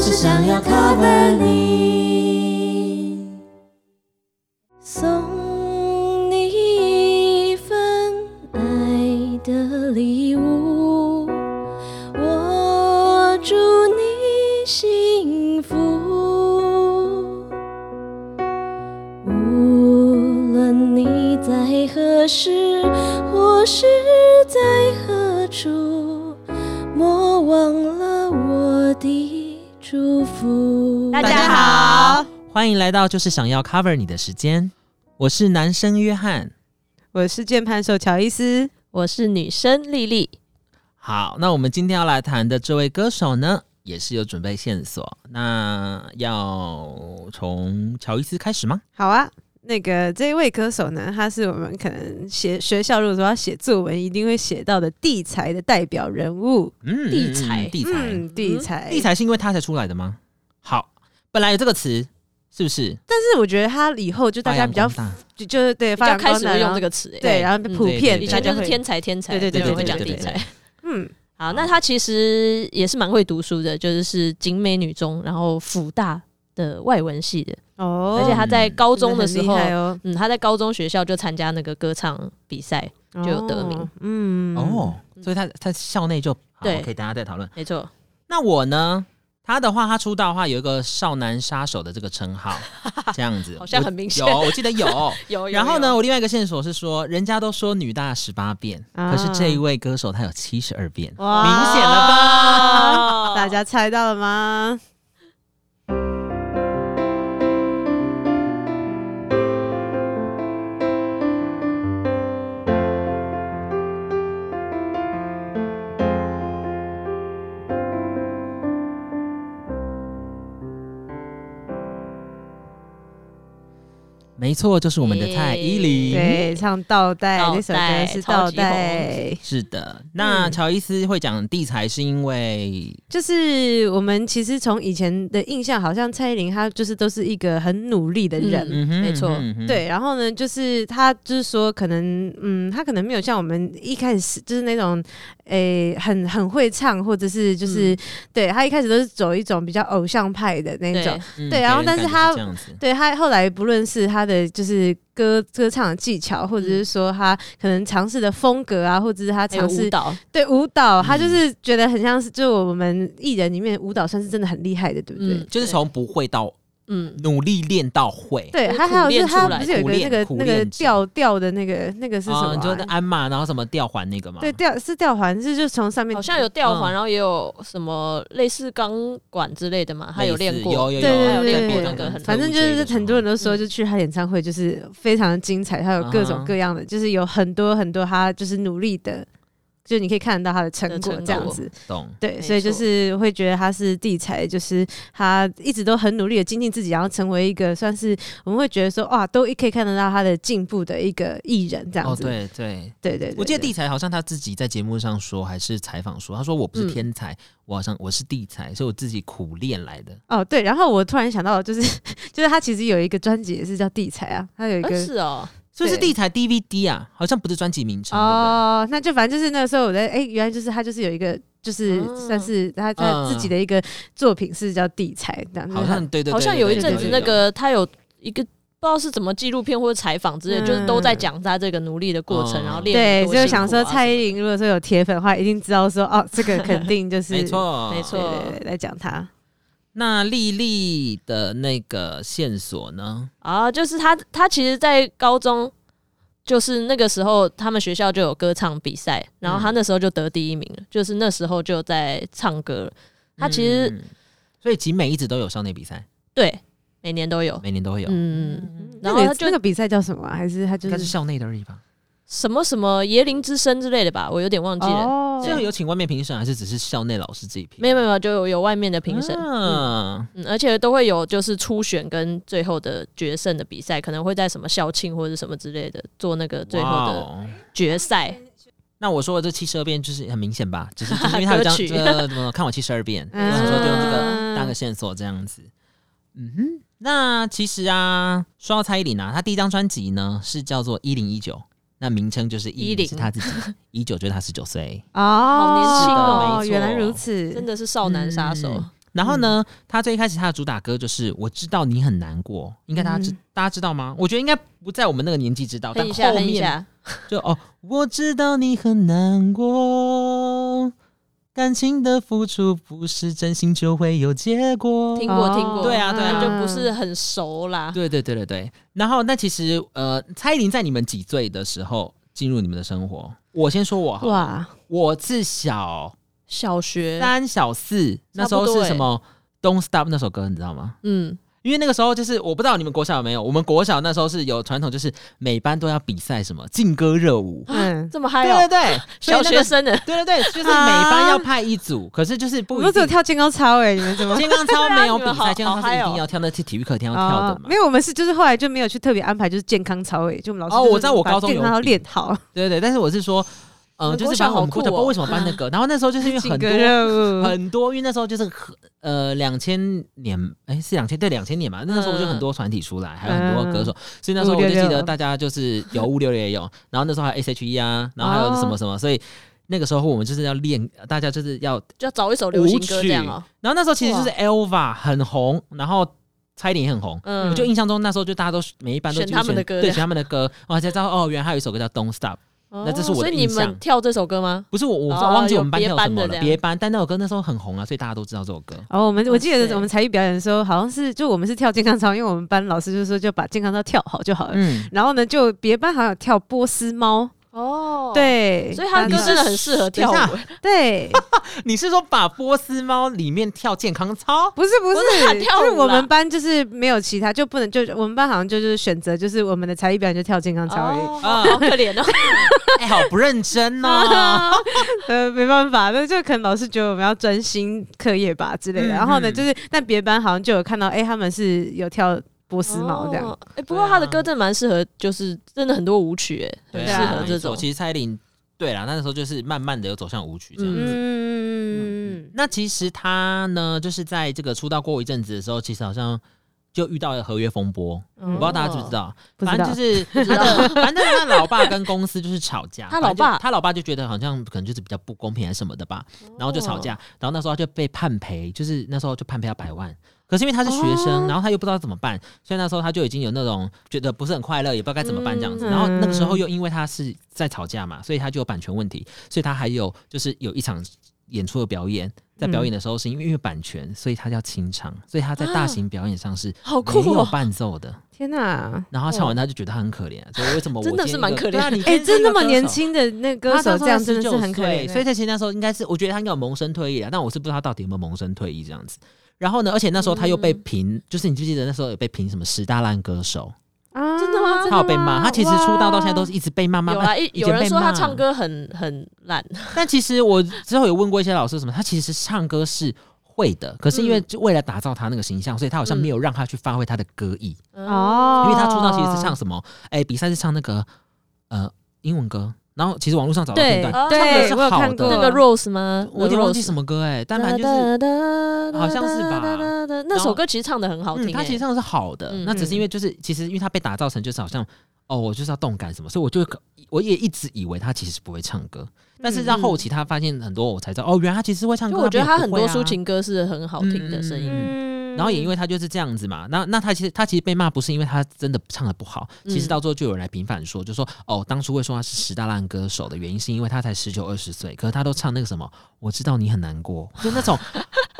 只想要 cover 你，送你一份爱的礼物，我祝你幸福。无论你在何时或是在何处，莫忘了我的祝福。大家好，欢迎来到就是想要 cover 你的时间，我是男生约翰。我是键盘手乔伊斯。我是女生丽丽，好，那我们今天要来谈的这位歌手呢，也是有准备线索。那要从乔伊斯开始吗？好啊，那个这一位歌手呢，他是我们可能写学校如果说要写作文，一定会写到的地才的代表人物。嗯，地才嗯地才，嗯，地才，地。才是因为他才出来的吗？好，本来有这个词，是不是？但是我觉得他以后就大家比较发扬光大就就是对比发较扬开光始大，会然用后这个词、欸对，然后嗯普遍以大前就家是会天才天才，对对对没有人会对讲对地对才。嗯好，那她其实也是蛮会读书的，就是是景美女中，然后辅大的外文系的，哦，而且她在高高中的时候，哦嗯，她在高中学校就参加那个歌唱比赛，就有得名哦嗯哦，所以他他校内就好对可以大家再讨论。没错，那我呢？他的话，他出道的话有一个少男杀手的这个称 号，这样子好像我很明显有，我记得有。有然后呢，？我另外一个线索是说，人家都说女大十八变，啊哦可是这一位歌手他有七十二变，哇明显了吧？啊 大家猜到了吗？没错，就是我们的蔡依林。对，唱倒带倒带那首歌是超倒级带，是的，那嗯乔伊斯会讲地才是因为就是我们其实从以前的印象，好像蔡依林她就是都是一个很努力的人。嗯没错哼对，然后呢，就是她就是说，可能，嗯，她可能没有像我们一开始就是那种，诶、很很会唱，或者是就是，嗯对她一开始都是走一种比较偶像派的那对种，，嗯对然后给人但是感觉他这样子，对他后来不论是他的就是歌歌唱的技巧，或者是说他可能尝试的风格啊，或者是他还有尝舞试蹈，对舞蹈，他嗯就是觉得很像是就我们艺人里面舞蹈算是真的很厉害的，对不对？嗯，就是从不会到嗯，努力练到会。对，就是他还有苦就是练他出来不是有一苦个那练个苦那个练者吊吊的那个那个是什啊，么哦你啊、说的鞍马，然后什么吊环那个吗？对，吊是吊环，是就从上面好像有吊环，嗯然后也有什么类似钢管之类的嘛，她有类似练过，有有对对还有对练过对那对个很反正就是很多人都说，嗯就去他演唱会就是非常的精彩，他有各啊种哈各样的，就是有很多很多他就是努力的，就是你可以看得到他的成的果成这样果子。懂。对，没所以就错是会觉得他是地才，就是他一直都很努力的精进自己，然后成为一个算是我们会觉得说哇，都可以看得到他的进步的一个艺人这样哦，子。对对，对对对，我记得对地才好像他自己在节目上说，还是采访说，他说我不是天才，我好像我是地才，所以我自己苦练来的。哦对，然后我突然想到，就是 就是他其实有一个专辑也是叫地才啊，他有一呃个。是哦，所以是对地才 DVD 啊，好像不是专辑名称，哦，那就反正就是那个时候我在哎、原来就是他就是有一个就是啊哦算是他他自己的一个作品是叫地才这样对不嗯对子，好像对对对，好像有一对对阵子对那对个他有一个不知道是怎么纪录片或者采访之类，嗯就是都在讲他这个努力的过程，嗯然后对练，就是想说啊蔡依林，林如果说有铁粉的话，一定知道说哦，这个肯定就是 没，错没对错对对，来讲他。那丽丽的那个线索呢？啊，就是他他其实，在高中。就是那个时候，他们学校就有歌唱比赛，然后他嗯那时候就得第一名了。就是那时候就在唱歌了，他其实、嗯所以集美一直都有校内比赛，对每年都有，每年都会有，嗯，嗯嗯然后那他个就那个比赛叫什么啊？还是他就应该是是校内的而已吧？什么什么椰林之声之类的吧，我有点忘记了。哦这个有请外面评审，还是只是校内老师自己评？没有没有没有，就有有外面的评审，嗯啊嗯，而且都会有就是初选跟最后的决胜的比赛，可能会在什么校庆或者什么之类的做那个最后哇的哦决赛。那我说的这七十二变就是很明显吧，只是就是因为他有歌曲这样，呃，怎么看我七十二变，我嗯想说就用这个当个线索这样子。嗯哼，那其实啊，说到蔡依林啊，她第一张专辑呢是叫做《一零一九》，那名称就是一10零是她自己，一九就是她十九岁，哦，好年轻哦没错原来如此，真的是少男杀手，嗯然后呢，他最一开始他的主打歌就是《我知道你很难过》，应该大家知、大家知道吗？我觉得应该不在我们那个年纪知道，嗯但哼一下，后哼一面下，就哦，我知道你很难过，感情的付出不是真心就会有结果。听过哦听过，对啊对啊但就不是很熟啦。对对对对对。然后，那其实呃，蔡依林在你们几岁的时候进入你们的生活？我先说我好了，哇，我自小小学，三小四那时候欸是什么？Don't Stop 那首歌你知道吗？嗯，因为那个时候就是我不知道你们国小有没有，我们国小那时候是有传统，就是每班都要比赛什么劲歌热舞。嗯，这么嗨对对，哦对，所以 小那个学生的对对 对，就是每班要派一组，可是就是我不一们只有定。跳健康操哎，你们怎 么？哦健康操没有比对啊你们 好赛，健康操是一好嗨定哦要跳，那是体育课一定要跳的嘛没。有，我们是就是后来就没有去特别安排，就是健康操哎，就我们老师哦就是我知道我把高中健康有操比练好，对对，但是我是说，嗯，们就国是小班我们好国小不知酷哦道为什么班那 个，然后那时候就是因为劲很歌多热舞，很多，因为那时候就是很呃两千年，哎是两千对两千年嘛，那时候嗯就很多团体出来，还有很多歌手，所以那时候我就记得566大家就是有五六六也有，然后那时候还有 S H E 啊，然后还有什么什哦么，所以那个时候我们就是要练，大家就是要，就要找一首流行歌这样哦。然后那时候其实就是 Elva 很红，然后蔡依林也很红。嗯，我就印象中那时候就大家都每一班都选他们的歌对，选他们的歌，哦，才知道哦，原来还有一首歌叫《Don't Stop》，那这是我的哦所以印你象们跳这首歌吗？不是我，我哦忘记我们班有叫什么别班的这了，样别班，但那首歌那时候很红啊，所以大家都知道这首歌。哦然后我们我记哇得塞我们才艺表演的时候，好像是就我们是跳健康操，因为我们班老师就说就把健康操跳好就好了。嗯，然后呢，就别班好像有跳波斯猫，哦，，对，所以他的就歌是真的很适合跳舞等一下，对，你是说把波斯猫里面跳健康操？ 不是不是喊是，跳舞就是我啦们班就是没有其他，就不能就我们班好像就是选择就是我们的才艺表演就跳健康操而已，哦，好可怜 哦。哎、好不认真哦。 呃，没办法，那就可能老师觉得我们要专心课业吧之类的。嗯然后呢，嗯就是但别班好像就有看到，哎，他们是有跳波斯猫这样，哦。哎、啊不过他的歌真的蛮适合，就是真的很多舞曲、哎，很对适啊合这没错种。其实蔡依林，对啦，那时候就是慢慢的有走向舞曲这样子。嗯，那其实她呢，就是在这个出道过一阵子的时候，其实好像就遇到了合约风波，嗯我不知道大家知不知道。不知反道正就是 她的，反正她老爸跟公司就是吵架。她老爸反正就她老爸就觉得好像可能就是比较不公平还是什么的吧，然后就吵架。哦然后那时候她就被判赔，就是那时候就判赔她百万。可是因为她是学生，哦然后她又不知道怎么办，所以那时候她就已经有那种觉得不是很快乐，也不知道该怎么办这样子。嗯然后那个时候又因为她是在吵架嘛，所以她就有版权问题，所以她还有就是有一场演出的表演，在表演的时候是因为因为版权，所以她要清唱，所以她在大型表演上是啊好酷没有哦！伴奏的。天哪！然后她唱完她就觉得她很可怜、 所以为什么我真的是今天一个蛮可怜对啊你今哎，天是真一个那么歌手年。轻的那歌手这样真的是很可对怜，欸所以他其实那时候应该是，我觉得他应该有萌生退役了，但我是不知道他到底有没有萌生退役这样子。然后呢，而且那时候他又被嗯评，就是你记不记得那时候有被评什么十大烂歌手，啊真的吗真的他有被骂。他其实出道到现在都是一直被骂，骂有骂啊，一嗯以有前人被说他骂唱歌很很烂，但其实我之后有问过一些老师什么，他其实唱歌是会的，可是因为嗯就为了打造他那个形象，所以他好像没有让他去发挥他的歌艺，哦， 因为他出道其实是唱什么？哎、比赛是唱那个呃英文歌，然后其实网络上找到片对段，哦唱的对，是我有好看过的，那个 Rose 吗？我有点忘记什么，么歌哎、但反正就是。就是好像是吧那首歌其实唱的很好嗯，听、他其实哎唱的是好的，嗯那只是因为就是其实因为他被打造成就是好像哦，我就是要动感什么，所以我就我也一直以为他其实不会唱歌，但是嗯到后期他发现很多我才知道哦，原来他其实会唱歌，就我觉得他没他有很不会多啊抒情歌是很好听的声音。嗯嗯然后也因为他就是这样子嘛，那那他其实他其实被骂不是因为他真的唱的不好，嗯其实到最后就有人来平反说，就说哦，当初会说他是十大烂歌手的原因，是因为他才十九二十岁，可是他都唱那个什么，我知道你很难过，就那 种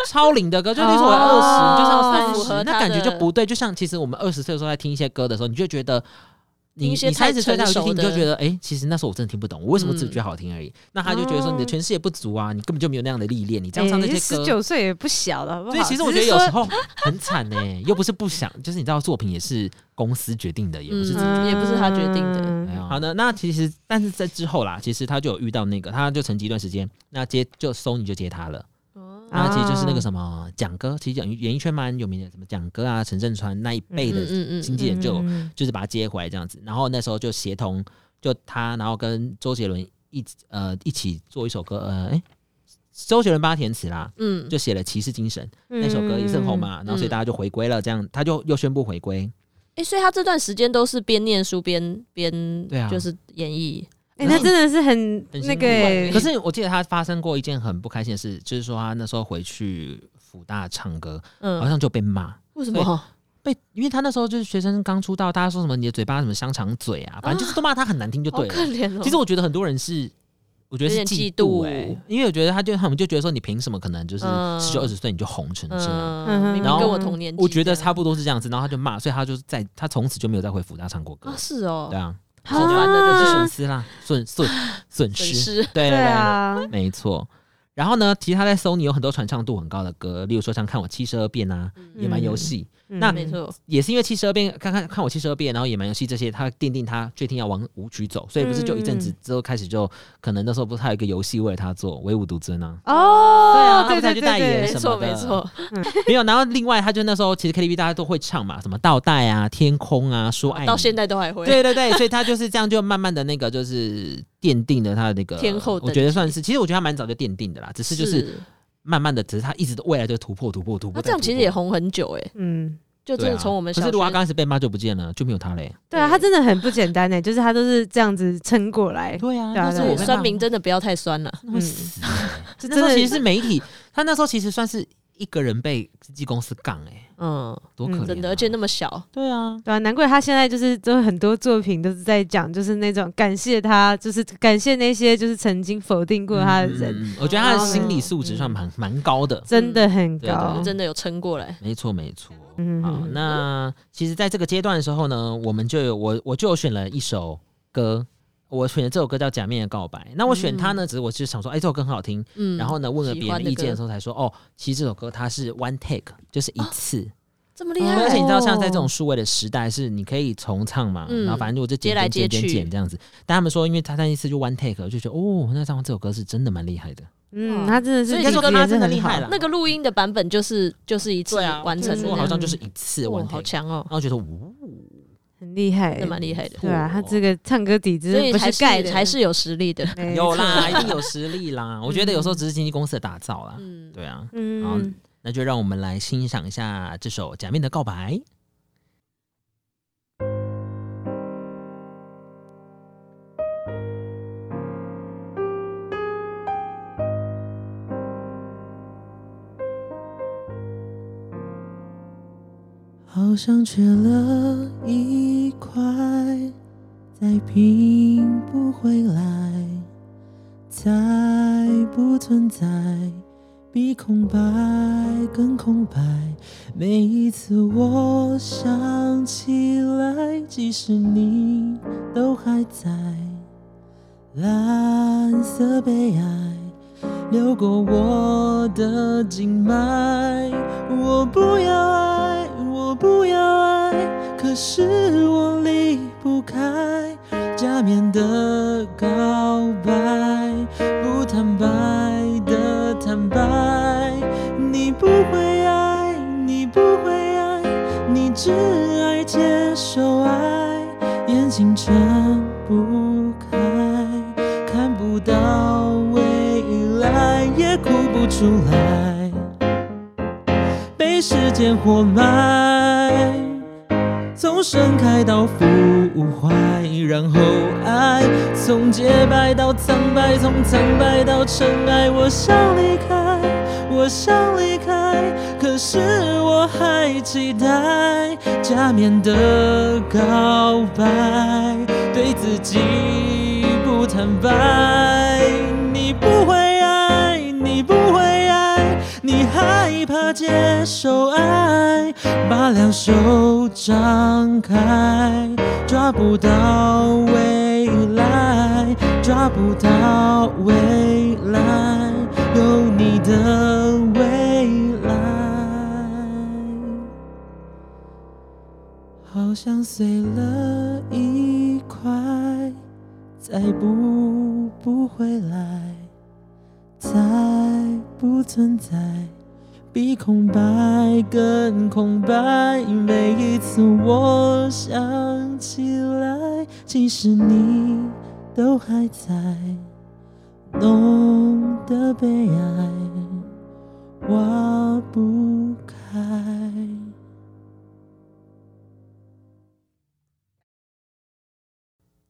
超龄的歌，就那种二哦十，你就是要不符三合十，那他感觉的就不对。就像其实我们二十岁的时候在听一些歌的时候，你就觉得。你听一你些太三十岁再回去成熟听，你的就觉得哎、诶其实那时候我真的听不懂，我为什么只嗯觉得好听而已。那他就觉得说你的哦诠释也不足啊，你根本就没有那样的历练，你这样唱那些歌，哎十九岁也不小了，好不好所以其实我觉得有时候很惨呢、又不是不想，就是你知道作品也是公司决定的，也不是自己。哎嗯也不是他决定的没的。有好的，那其实但是在之后啦，其实他就有遇到那个，他就沉寂一段时间，那接就 Sony 就接他了，哦然后其实啊就是那个什么蒋哥，其实演艺演艺圈蛮有名的，什么蒋哥啊、陈振川那一辈嗯的嗯经纪人就有嗯就是把他接回来这样子，然后那时候就协同就他，然后跟周杰伦一起呃一起做一首歌，呃，诶周杰伦帮他填词啦，嗯，就写了《骑士精神》。那首歌也是很红？嘛，然后所以大家就回归了，这样他就又宣布回归。哎、所以他这段时间都是边念书边边对啊就是演绎，哎，那真的是很很辛苦那个欸可，是我记得他发生过一件很不开心的事，就是说他那时候回去福大唱歌，好嗯，像就被骂。为什么？被，因为他那时候就是学生刚出道，大家说什么你的嘴巴什么香肠嘴啊，反正就是都骂他很难听就好对了。可怜哦。其实我觉得很多人是，我觉得是有点嫉嫉妒妒欸哎、因为我觉得他就他们就觉得说你凭什么可能就是嗯十九二十岁你就红成这样。嗯，明然明后跟我同年纪这样，我觉得差不多是这样子，然后他就骂，所以他就是在他从此就没有再回福大唱过歌啊，，是哦对，啊，好烦的这就是是损失啦，损 损损损失， 失。对对对对，啊，没错。然后呢，其实他在 Sony 有很多传唱度很高的歌，例如说像《看我七十二变》啊，《野蛮游戏》那嗯没错，也是因为七十二变，看看看我七十二变，然后野蛮游戏这些，他奠定他决定要往舞曲走，所以不是就一阵嗯子之后开始就，可能那时候不是还有一个游戏为了他做唯舞独尊啊，哦，对啊他们对才对去对代言对没什错么的哎没错，没有。然后另外他就那时候其实 KTV 大家都会唱嘛，什么倒带啊、天空啊、说爱你 哦到现在都还会。对对对，所以他就是这样，就慢慢的那个就是奠定了他的那个天后我等觉得算是，其实我觉得他蛮早就奠定的啦，只是就是慢慢的，只是他一直未来就突破突破突破。那这样再其突实破也红很久哎，嗯，就真对的啊从我们可小是学如果他刚开始被骂就不见了，就没有他嘞。对啊，他真的很不简单呢，就是他都是这样子撑过来，对啊，对啊那时候对我啊被酸骂民真的不要太酸了，真的会死欸。这那时真候其实的是媒体，他那时候其实算是一个人被经纪公司杠哎，嗯，多可怜啊。真的，而且那么小，对啊，对啊，难怪他现在就是都很多作品都是在讲，就是那种感谢他，就是感谢那些就是曾经否定过他的人，嗯，嗯嗯我觉得他的然后呢心理素嗯质算蛮蛮高的。真的很对啊对高对。真的有撑过来。没错，没错。嗯好，那其实在这个阶段的时候呢，我们就有我我就有选了一首歌，我选的这首歌叫《假面的告白》。那我选它呢，只是我就想说，哎、这首歌很好听。嗯，然后呢，问了喜别欢人的意见的歌哦时候才说，哦，其实这首歌它是 one take，就是一次。这么厉而且害你，知道，像在这种数位的时代，是你可以重唱嘛，嗯然后反正我就剪接来剪接剪剪去剪这样子。但他们说，因为他那一次就 one take，我就觉得哦，那张这首歌是真的蛮厉害的。嗯，他真的是所以演你技说他也是真的很厉害好啦那个录音的版本就是就是一次啊完成嗯的我那好样，像就是一次哇 one 好 take，强哦，然后觉得呜。很厉害那，蛮厉害的，对啊，酷哦他这个唱歌底子所以不还盖的，还是有实力的。嗯没有错啦，一定有实力 啦。我觉得有时候只是经纪公司的打造啦。嗯，对啊，好嗯，那就让我们来欣赏一下这首《假面的告白》。好像缺了一块，再拼不回来，才不存在。比空白更空白。每一次我想起来，即使你都还在。蓝色悲哀流过我的静脉，我不要爱，我不要爱，可是我离不开假面的告白。不坦白的坦白，你不会爱，你不会爱，你只爱接受爱，眼睛睁不开，看不到未来，也哭不出来，被时间活埋。从盛开到腐坏，然后爱，从洁白到苍白，从苍白到尘埃。我想离开，我想离开，可是我还期待假面的告白，对自己不坦白。你不会爱，你不会爱，你害怕接受爱，把两手张开，抓不到未来，抓不到未来，有你的未来，好像碎了一块，再补不回来，再不存在。比空白更空白。每一次我想起来，其实你都还在，浓的悲哀挖不开。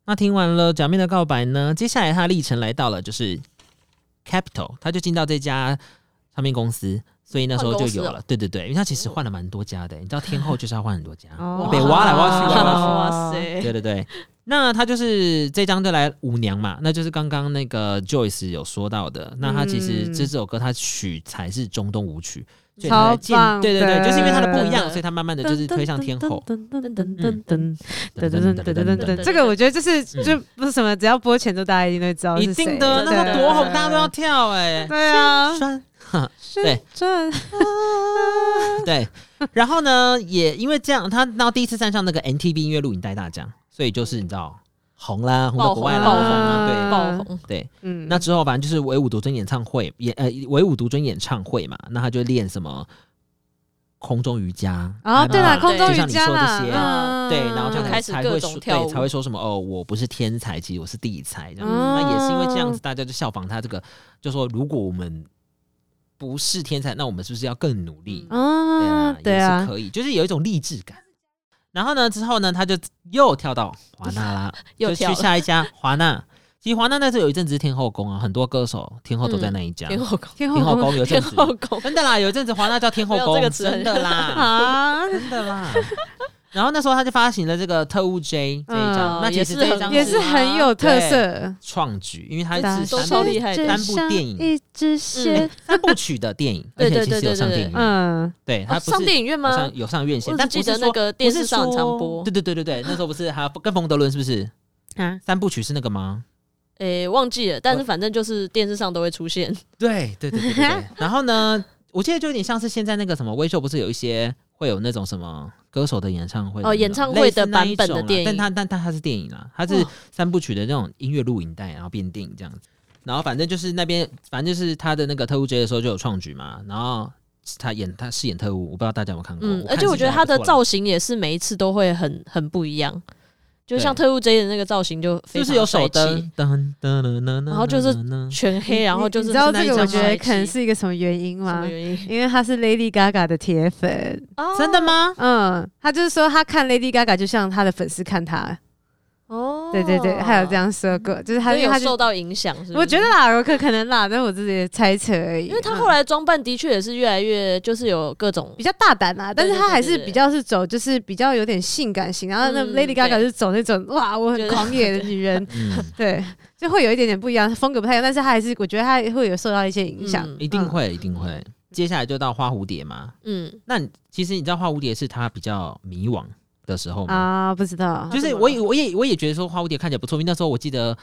那听完了假面的告白呢？接下来他历程来到了就是 Capital，他就进到这家唱片公司，所以那时候就换公司有哦了。对对对，因为他其实换了蛮多家的，你知道天后就是要换很多家，哦被挖来挖去挖来挖去。哇对塞，对对，那他就是这张就来舞娘嘛，那就是刚刚那个 Joyce 有说到的，那他其实嗯这首歌他取材是中东舞曲，所以超它的进棒对对对，的就是因为它的不一样，嗯所以他慢慢的就是推上天后。嗯噔噔噔噔噔噔噔噔噔噔噔噔噔噔噔噔噔噔，这个我觉得就是就不是什么，只要播前奏，大家一定都会知道，嗯一定的，那时候多红，大家都要跳哎、啊对啊，酸旋转，啊对，然后呢，也因为这样，他然后第一次站上那个 NTV 音乐录影带大奖，所以就是你知道红啦，红到爆国红外啦，爆红啊，对爆红，对，嗯那之后反正就是唯舞独尊演唱会，演呃唯舞独尊演唱会嘛，那他就练什么空中瑜伽哦，对啦，啦，嗯空中就瑜像你伽说啦这些，嗯对，然后这样就才开始才各会种说跳对才舞会说什么哦，我不是天才，其实我是地才这样。嗯那也是因为这样子，大家就效仿他这个，就说如果我们不是天才，那我们是不是要更努力？嗯啊，对对啊，也是啊，可以，就是有一种励志感。然后呢，之后呢，他就又跳到华纳啦， 又就跳去了下一家华纳。其实华纳那时候有一阵子是天后宫啊，很多歌手天后都在那一家。嗯天后宫，天天后后宫宫有一阵天子，后宫，真的啦，有一阵子华纳叫天后 没有宫，这个词真的 啦，啊，真的啦。然后那时候他就发行了这个特务 J 这一张，嗯那其也实是这一很张当也时是很有特色，创举，因为它大是都三超部厉害的三部电影嗯只像一只蟹，三部曲的电影，而 对且对其对实有对上对电对影院，嗯，对，它哦不是上电影院有吗上？有上院线我，但只不记是得说那个电视上不是常说播对，对对对对，那时候不是还有跟冯德伦是不是？啊，三部曲是那个吗？诶，忘记了，但是反正就是电视上都会出现，哦对对对对对 对。然后呢，我记得就有点像是现在那个什么微秀，不是有一些会有那种什么歌手的演唱会哦那种演唱会的版类似本的那一种啦电影但它但但它是电影啦，它是哇三部曲的那种音乐录影带，然后变电影这样子。然后反正就是那边，反正就是他的那个特务节的时候就有创举嘛，然后他演他饰演特务，我不知道大家有没有看过。嗯，看而且我其实觉得还他不错的啦造型也是每一次都会很很不一样，就像对特务 J 的那个造型就非就是常有手帅气灯，噔噔噔噔，然后就是噔全黑，然后就是你知道这非个，常我觉帅得气可能是一个什么原因什吗么？原因？因为他是 Lady Gaga 的铁粉，哦真的吗？嗯，他就是说他看 Lady Gaga 就像他的粉丝看他，哦，对对对，还有这样说过，就是他所以因为他有就受到影响，是不是我觉得啦，有可可能啦，但我自己的猜测而已。嗯因为他后来装扮的确也是越来越，就是有各种比较大胆啦，但是他还是对对对比较是走就是比较有点性感型，然后那嗯 Lady Gaga 对就是走那种哇我很对对狂野的女人， 嗯，对，就会有一点点不一样，风格不太一样，但是他还是我觉得他会有受到一些影响，嗯一定会，一定会。接下来就到花蝴蝶嘛，嗯，那你其实你知道花蝴蝶是他比较迷惘的时嗯候嘛，啊，不知道就是怎么我也我也我也觉得说花蝴蝶看起来不错，因为那时候我记得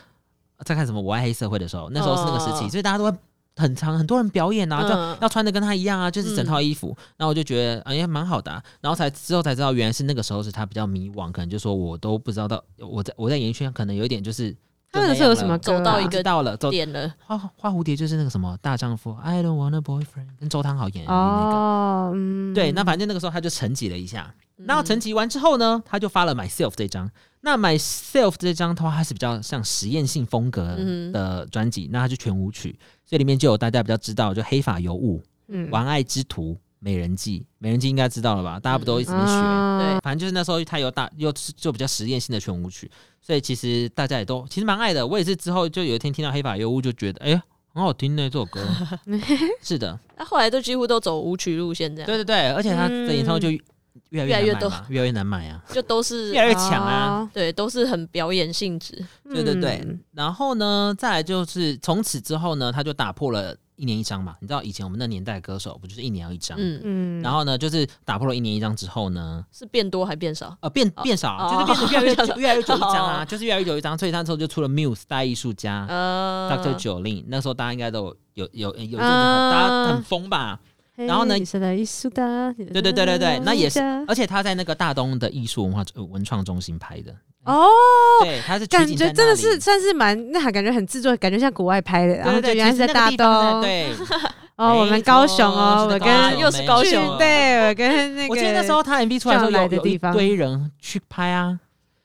在看什么《我爱黑社会》的时候，那时候是那个时期，哦所以大家都会。很长，很多人表演啊，嗯就要穿的跟他一样啊，就是整套衣服。然后我就觉得，哎呀，蛮好的、啊。然后才之后才知道，原来是那个时候是他比较迷惘，可能就说我都不知道到我在我在演艺圈可能有一点就是他那就个时候样有什么了歌啊走到一不个知道了，走点了，花哦花蝴蝶就是那个什么大丈夫，I don't want a boyfriend，跟周汤豪演的那个。哦，嗯，对，那反正那个时候他就沉寂了一下，然后嗯沉寂完之后呢，他就发了 Myself 这张。那 Myself 这张的话，它是比较像实验性风格嗯的专辑，那它就全舞曲，所以里面就有大家比较知道，就黑发尤物、嗯玩爱之徒、美人计，美人计应该知道了吧？大家不都一直在学？啊反正就是那时候他有打又就比较实验性的全舞曲，所以其实大家也都其实蛮爱的。我也是之后就有一天听到《黑发尤物》就觉得，哎呀，很好听呢、这首歌。是的，他后来都几乎都走舞曲路线，这样对对对，而且他的演唱会就越来越难买嘛越来越难买啊，就都是越来越强啊。哦对，都是很表演性质，对对对嗯，然后呢，再来就是从此之后呢，他就打破了一年一张嘛。你知道以前我们那年代的歌手不就是一年要一张？嗯，嗯然后呢，就是打破了一年一张之后呢，是变多还变少？呃，变哦变少，哦就是变得越来越久，哦越来越久一张啊，就是越来越久一张。所以那时候就出了 Muse 大艺术家、呃 Dr. Jolin，那时候大家应该都有有有有一阵子很啊大家很疯吧？然后呢嘿你是来艺术的，对对对对对对，那也是，而且他在那个大东的艺术文化呃文创中心拍的，哦，对，他嗯是取感景觉在真那的里是算是蛮，那还感觉很制作，感觉像国外拍的，然后对对就对，原来是其实在那大个地方东，在对，哦，我们没高错雄哦，是我在高跟雄又是高没错雄对，我跟那个，我记得那时候他 MV 出来的时叫候来有的有地一方堆人去拍啊，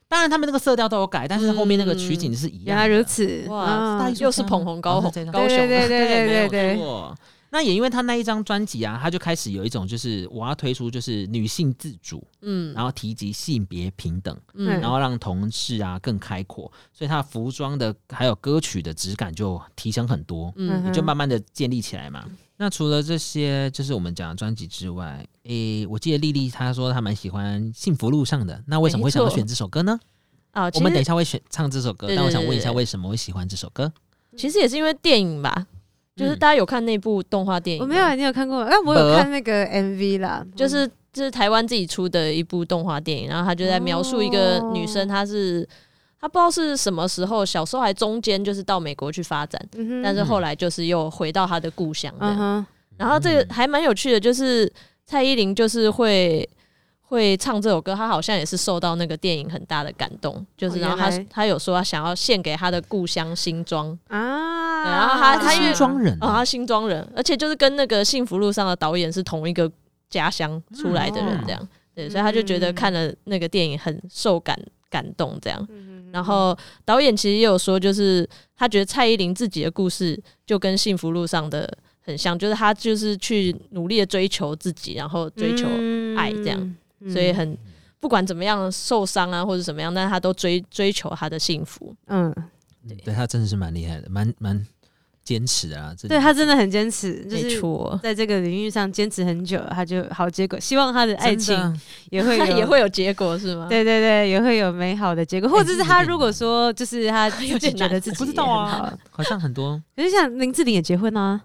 当然他们那个色调都有改，但是后面那个取景是一样的。嗯啊原来如此，哇嗯大艺术家 又是捧红高哦红在这张高雄，啊对对对对对对对没有错那也因为他那一张专辑啊，他就开始有一种就是我要推出就是女性自主，嗯然后提及性别平等，嗯然后让同志啊更开阔，所以他服装的还有歌曲的质感就提升很多，嗯哼就慢慢的建立起来嘛。那除了这些，就是我们讲的专辑之外，诶、我记得丽丽她说她蛮喜欢《幸福路上的》，那为什么会想要没错选这首歌呢？啊，我其们等一实下会选唱这首歌，对对但我想对问一下，对为什么会喜欢这首歌？其实也是因为电影吧，就是嗯大家有看那部动画电影我吗？没有，嗯你有看过？哎，我有看那个 MV 啦，就是就是台湾自己出的一部动画电影，然后他就在描述一个女哦生，她是她不知道是什么时候，小时候还中间就是到美国去发展，嗯哼，但是后来就是又回到她的故乡这嗯样。哼，然后这个还蛮有趣的，就是蔡依林就是会。会唱这首歌，她好像也是受到那个电影很大的感动，就是哦然后她原来她有说她想要献给她的故乡新庄，啊，对然后他她他是因为新庄人哦，他新庄人，而且就是跟那个《幸福路上的导演是同一个家乡出来的嗯人，这哦样、对，所以他就觉得看了那个电影很受感感动，这嗯样。然后导演其实也有说，就是他觉得蔡依林自己的故事就跟《幸福路上的》很像，就是他就是去努力的追求自己，然后追求，爱这样嗯，所以很不管怎么样受伤啊或者怎么样，但是他都追追求他的幸福。嗯，嗯对他真的是蛮厉害的，蛮蛮坚持的啊。这对他真的很坚持，就没是错，在这个领域上坚持很久，他就好结果。希望他的爱真的啊情也会 他 有也会有结果是吗？对对对，也会有美好的结果，或者是他如果说就是他自有己点觉难得自 己不知道也很好啊，，好像很 多可是像林志玲也结婚啊，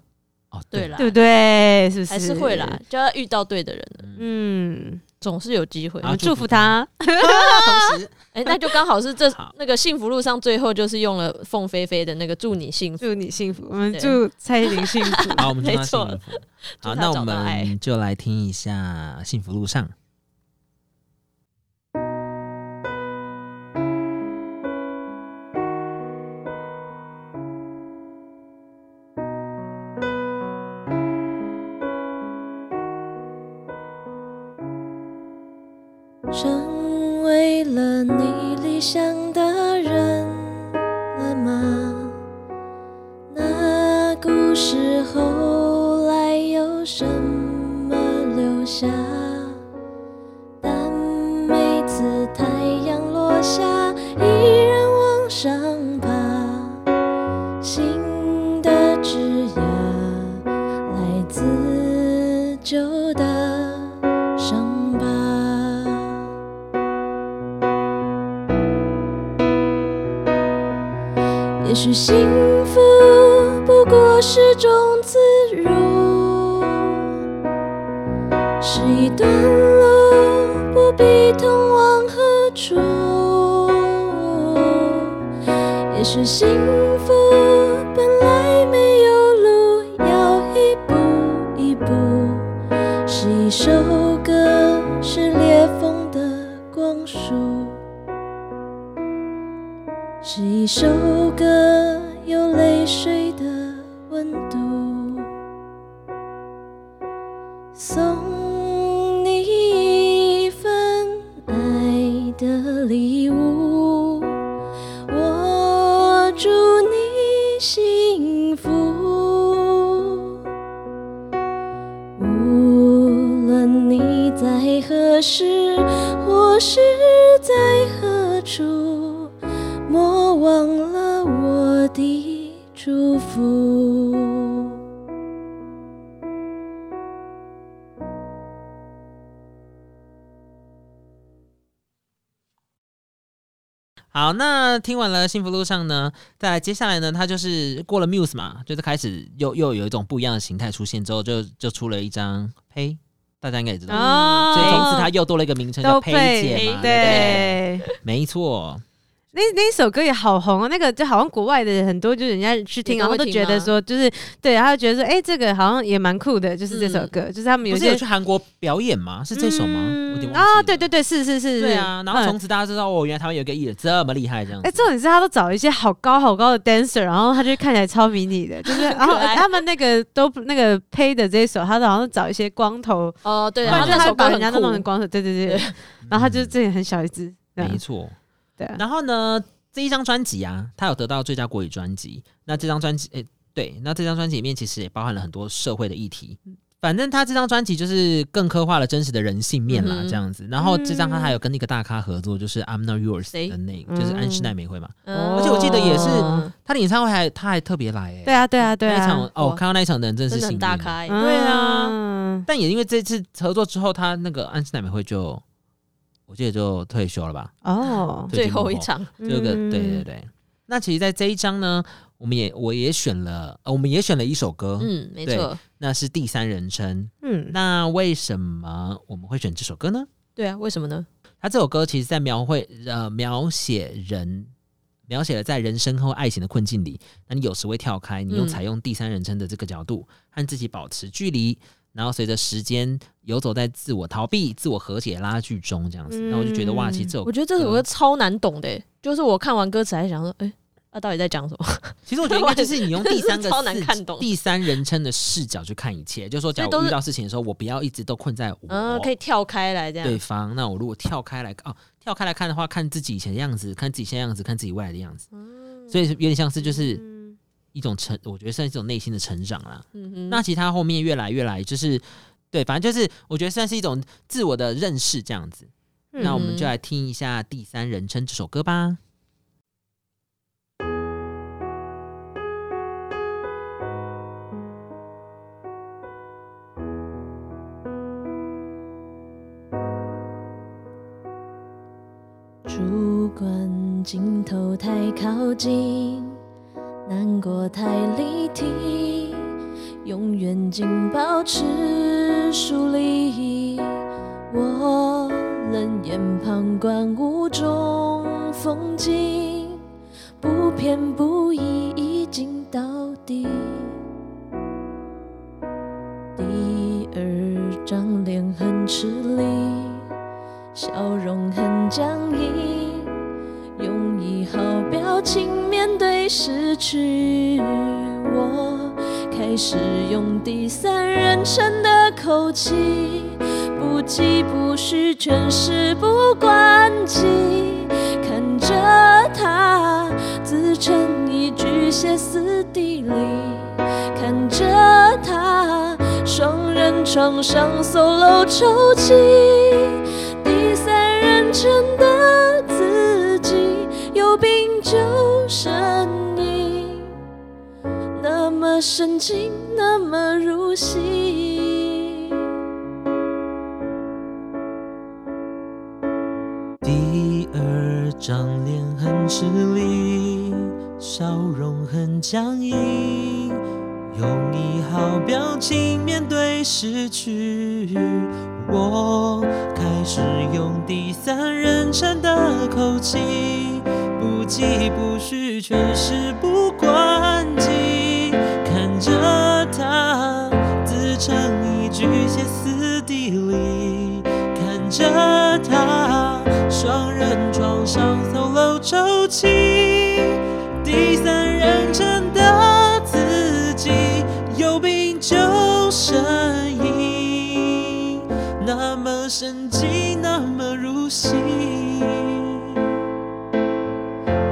哦，对啦，对不对？是不是？还是会啦，，就要遇到对的人了，嗯，总是有机会。啊我们祝祝福福他。同时哎、那就刚好是这 好。那个幸福路上最后就是用了凤飞飞的那个“祝你幸福祝你幸福，我们对祝蔡依林幸福 好，我们祝他没幸错福。祝好，他那我找到爱们就来听一下《幸福路上》。成为了你理想的人了吗？那故事后来有什么留下？但每次太阳落下，依然往上爬，新的枝桠来自旧的伤疤。也许幸福不过是种自如，是一段路，不必通往何处。也许幸福本来没有路，要一步一步，是一首歌，是裂缝的光束。是一首歌，有泪水的温度，送你一份爱的礼物，我祝你幸福。无论你在何时，或是在何处。莫忘了我的祝福。好，那听完了《幸福路上》呢，再来接下来呢，他就是过了 Muse 嘛，就是开始又又有一种不一样的形态出现之后，就就出了一张呸，大家应该也知道，嗯哦所以从此他又多了一个名称叫都呸配姐嘛，对对，不对，没错，那那一首歌也好红哦，那个就好像国外的很多，就是人家去听，也然都后会都觉听得吗说，就是对，然后觉得说，哎、这个好像也蛮酷的，就是这首歌，就是他们不有一是有些去韩国表演吗？是这首吗？我有点忘记了哦，对对对，是是是，是对啊，然后。从嗯此大家知道哦，原来台湾有一个艺人这么厉害，这样子。哎、重点是他都找一些好高好高的 dancer，然后他就看起来超迷你的，就是然后可爱他们那个都那个配的这一首，他好像找一些光头，”。哦，对，不不然然后就是那他首歌把人家都弄成很酷，光头，对对对，然后他就这里很小一只，这样没错。对啊，然后呢，这一张专辑啊，他有得到最佳国语专辑。那这张专辑，诶，对，那这张专辑里面其实也包含了很多社会的议题。反正他这张专辑就是更刻画了真实的人性面啦，嗯哼这样子。然后这张他还有跟一个大咖合作，就是《I'm Not Yours》谁的那个，就是安室奈美惠嘛。嗯而且我记得也是哦他的演唱会还他还特别来、欸，对啊，对啊，对那一场啊，哦，哇看到那一场的人真的真是的幸很运大咖欸，对啊嗯，但也因为这次合作之后，他那个安室奈美惠就，我记得就退休了吧？哦，对最后一场，这个、嗯对对对。那其实，在这一章呢，我们也我也选了、呃我们也选了一首歌，嗯，没对错，那是第三人称。嗯，那为什么我们会选这首歌呢？对啊，为什么呢？他这首歌其实在描绘呃描写人，描写了在人生和爱情的困境里，那你有时会跳开，你用嗯采用第三人称的这个角度、和自己保持距离，然后随着时间游走在自我逃避、自我和解拉锯中这样子。那我就觉得哇，嗯其实这首我觉得这首歌超难懂的欸，就是我看完歌词还想说，哎，他到底在讲什么？其实我觉得应该就是你 用第三真个的是超难视看懂第三人称的视角去看一切，就是说，假如所以都我是遇到事情的时候，我不要一直都困在我、嗯，可以跳开来这哦对样，方。那我如果跳开来哦，跳开来看的话，看自己以前的样子，看自己现在的样子，看自己未来的样子，嗯所以是有点像是就是嗯一种成，我觉得算是一种内心的成长啦。嗯哼，那其他后面越来越来就是。对，反正就是我觉得算是一种自我的认识这样子。嗯那我们就来听一下第三人称这首歌吧。主观镜头太靠近，难过太离题，永远紧保持疏离。我冷眼旁观雾中风景，不偏不倚，一镜到底。第二张脸很吃力。笑容很僵硬，用一好表情面对失去。我开始用第三人称的口气，不疾不徐，全事不关己，看着他自成一句歇斯底里。看着他双人床上 solo 抽泣，第三人称的自己有病就呻吟，那么深情，那么入戏。第二张脸很吃力，笑容很僵硬，用一好表情面对失去。我开始用第三人称的口气，不疾不徐，全事不关己，看着他自成一句歇斯底里。看着他双人床上 solo 抽泣，第三人称的自己有病就呻吟，那么神经，那么入戏。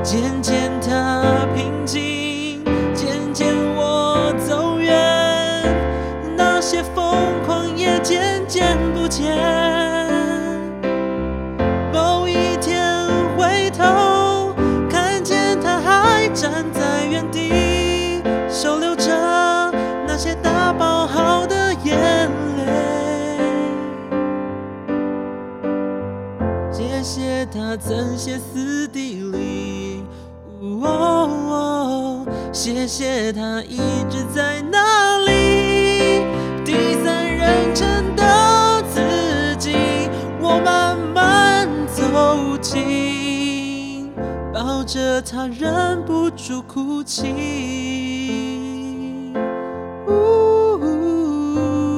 渐渐他平静，渐渐我走远，那些疯狂也渐渐不见。某一天回头，看见他还站在原地，手留着那些打包好的眼泪。谢谢他曾歇斯底里，哦，谢谢他一直在那里。第三人称的自己，我慢慢走近，抱着他忍不住哭泣。呜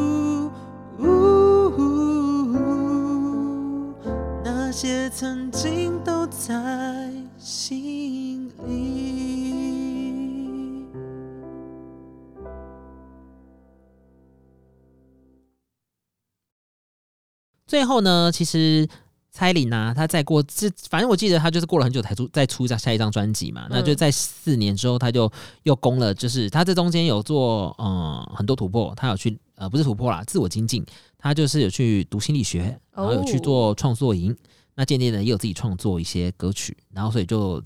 呜呜那些曾经都在心里。最后呢，其实蔡琳啊，她再过这，反正我记得她就是过了很久才出再出一张下一张专辑嘛，那就在四年之后，她就又攻了，就是她这中间有做嗯很多突破，她有去呃不是突破啦，自我精进，她就是有去读心理学，然后有去做创作营，那渐渐的也有自己创作一些歌曲，然后所以就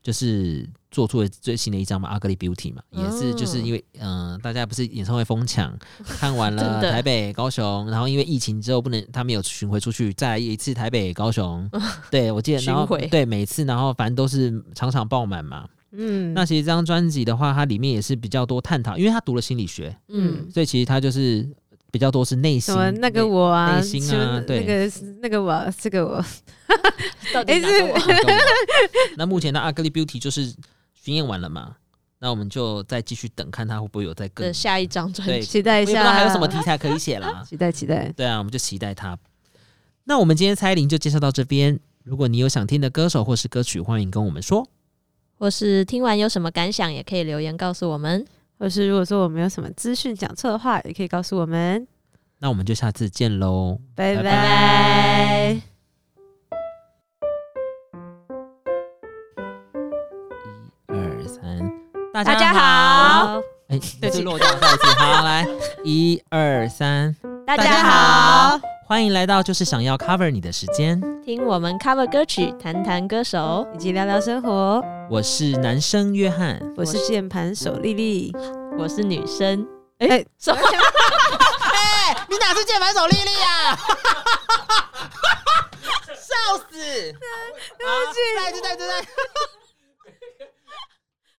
就是做出了最新的一张嘛，《Ugly Beauty》嘛，也是就是因为嗯、呃大家不是演唱会疯抢，看完了真的台北、高雄，然后因为疫情之后不能，他们有巡回出去，再来一次台北、高 雄，对我记得，然后巡回对每次，然后反正都是场场爆满嘛。嗯，那其实这张专辑的话，它里面也是比较多探讨，因为他读了心理学，嗯，所以其实他就是比较多是内心什么那个我啊，内心啊什么对那个那个我，这个我，到底哎，哪个这我？那个我 那目前的《Ugly Beauty》就是巡演完了嘛，那我们就再继续等，看他会不会有再更，的我下一张专对辑，期待一也不知下，道还有什么题材可以写啦。期待期待。对啊，我们就期待他。那我们今天猜铃就介绍到这边。如果你有想听的歌手或是歌曲，欢迎跟我们说。或是听完有什么感想，也可以留言告诉我们。或是如果说我们有什么资讯讲错的话，也可以告诉我们。那我们就下次见喽。拜拜拜一二三，大大家好。好，哎，这对不起是落掉再一次。好，来，一二三，大大家家好，欢迎来到就是想要 cover 你的时间。听我们 cover 歌曲，谈谈歌手。以及聊聊生活。我是男生约翰，我是键盘手丽丽，我是女生，哎哎，什么？你哪是键盘手丽丽啊？笑死！对不起，再一次，再一次，再一次。